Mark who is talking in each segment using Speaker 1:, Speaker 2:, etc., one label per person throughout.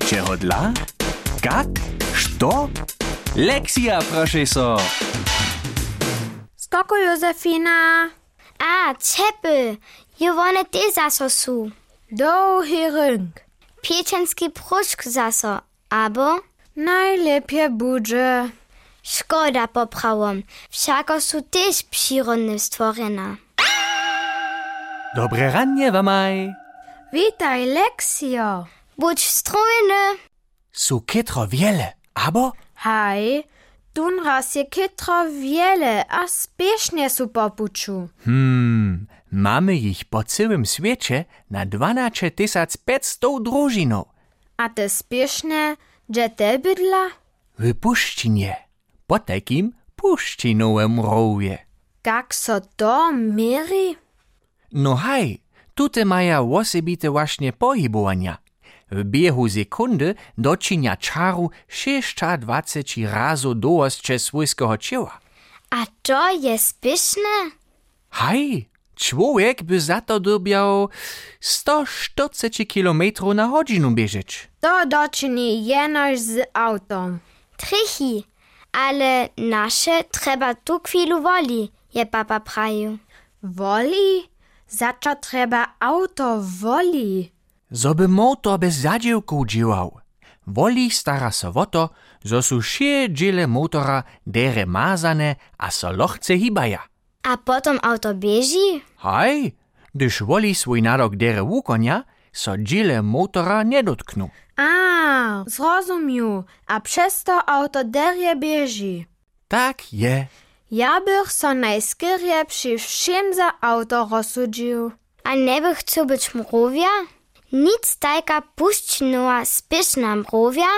Speaker 1: Чего для? Как? Что? Лекция, профессор!
Speaker 2: Skoku, Josefina.
Speaker 3: A, Cepy, Jovone ty zaso su.
Speaker 2: Dlouhý rynk.
Speaker 3: Pieczenski pruszk zaso, albo
Speaker 2: Najlepiej budże.
Speaker 3: szkoda poprawom. Wszako su też przyrodne stworzenia.
Speaker 1: Доброе раннее вам, ай!
Speaker 2: Witaj, Lexio.
Speaker 3: Bądź strojny.
Speaker 1: Су кетро вьеле, або?
Speaker 2: Hej, dun raz je kytro wiele, a spiesznie su popuczu.
Speaker 1: Hmm, mamy ich po całym świecie na 12 500 drużynów.
Speaker 2: A te spieszne, gdzie te bydla?
Speaker 1: W puszczynie. Po takim puszczynowym rowie.
Speaker 2: Jak so to mierzy?
Speaker 1: No hej, tutaj mają osobite właśnie pohybowania. W biegu sekundy doczynia czaru 26 razy dołoszcze swojskiego ciała.
Speaker 3: A to jest pyszne.
Speaker 1: Hej, człowiek by za to dobiał 140 km na godzinę bieżeć.
Speaker 2: To doczyni jenoś z autom.
Speaker 3: Trichy, ale nasze trzeba tu chwilu woli, je papa praju.
Speaker 2: Woli? Za co trzeba auto woli?
Speaker 1: Zoby motor bez zadziałku działał. Woli stara so o to, że są wsie dziele motora deremazane, a so lochce hibaja.
Speaker 3: A potem auto bieży.
Speaker 1: Hej, gdyż woli swój narok dere łukonia, so dziele motora nie dotknął.
Speaker 2: A, zrozumił, a przez to auto derje bieży.
Speaker 1: Tak je.
Speaker 2: Ja bych so najskierje przy wszym za auto rozsudził.
Speaker 3: A nie by chcą być mrówia? Nic tajka puszcznowa spieszna mrówia?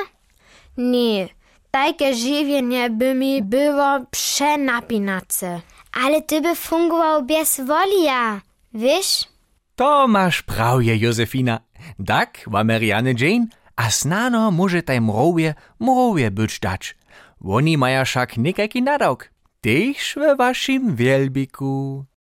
Speaker 2: Nie, takie żywienie by mi było przenapinace.
Speaker 3: Ale ty by fungował bez wolia, wiesz?
Speaker 1: To masz prawie, Józefina. Tak, w Ameriany Jane, a snano może tej mrowie, mrowie być dać. Oni mają szak niekaki narok. Tyś we waszym wielbiku.